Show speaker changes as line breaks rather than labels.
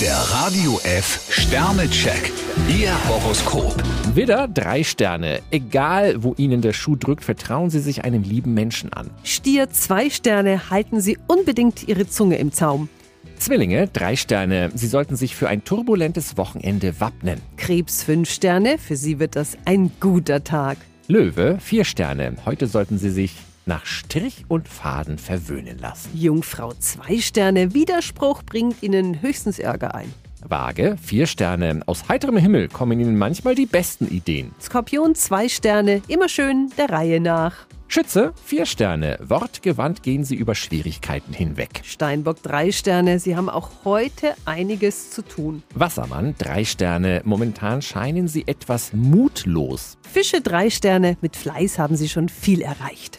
Der Radio F Sternecheck. Ihr Horoskop.
Widder, drei Sterne. Egal, wo Ihnen der Schuh drückt, vertrauen Sie sich einem lieben Menschen an.
Stier zwei Sterne, halten Sie unbedingt Ihre Zunge im Zaum.
Zwillinge, drei Sterne. Sie sollten sich für ein turbulentes Wochenende wappnen.
Krebs fünf Sterne, für Sie wird das ein guter Tag.
Löwe, vier Sterne. Heute sollten Sie sich nach Strich und Faden verwöhnen lassen.
Jungfrau zwei Sterne, Widerspruch bringt Ihnen höchstens Ärger ein.
Waage, vier Sterne. Aus heiterem Himmel kommen Ihnen manchmal die besten Ideen.
Skorpion zwei Sterne, immer schön der Reihe nach.
Schütze, vier Sterne. Wortgewandt gehen Sie über Schwierigkeiten hinweg.
Steinbock drei Sterne, Sie haben auch heute einiges zu tun.
Wassermann, drei Sterne. Momentan scheinen Sie etwas mutlos.
Fische drei Sterne, mit Fleiß haben Sie schon viel erreicht.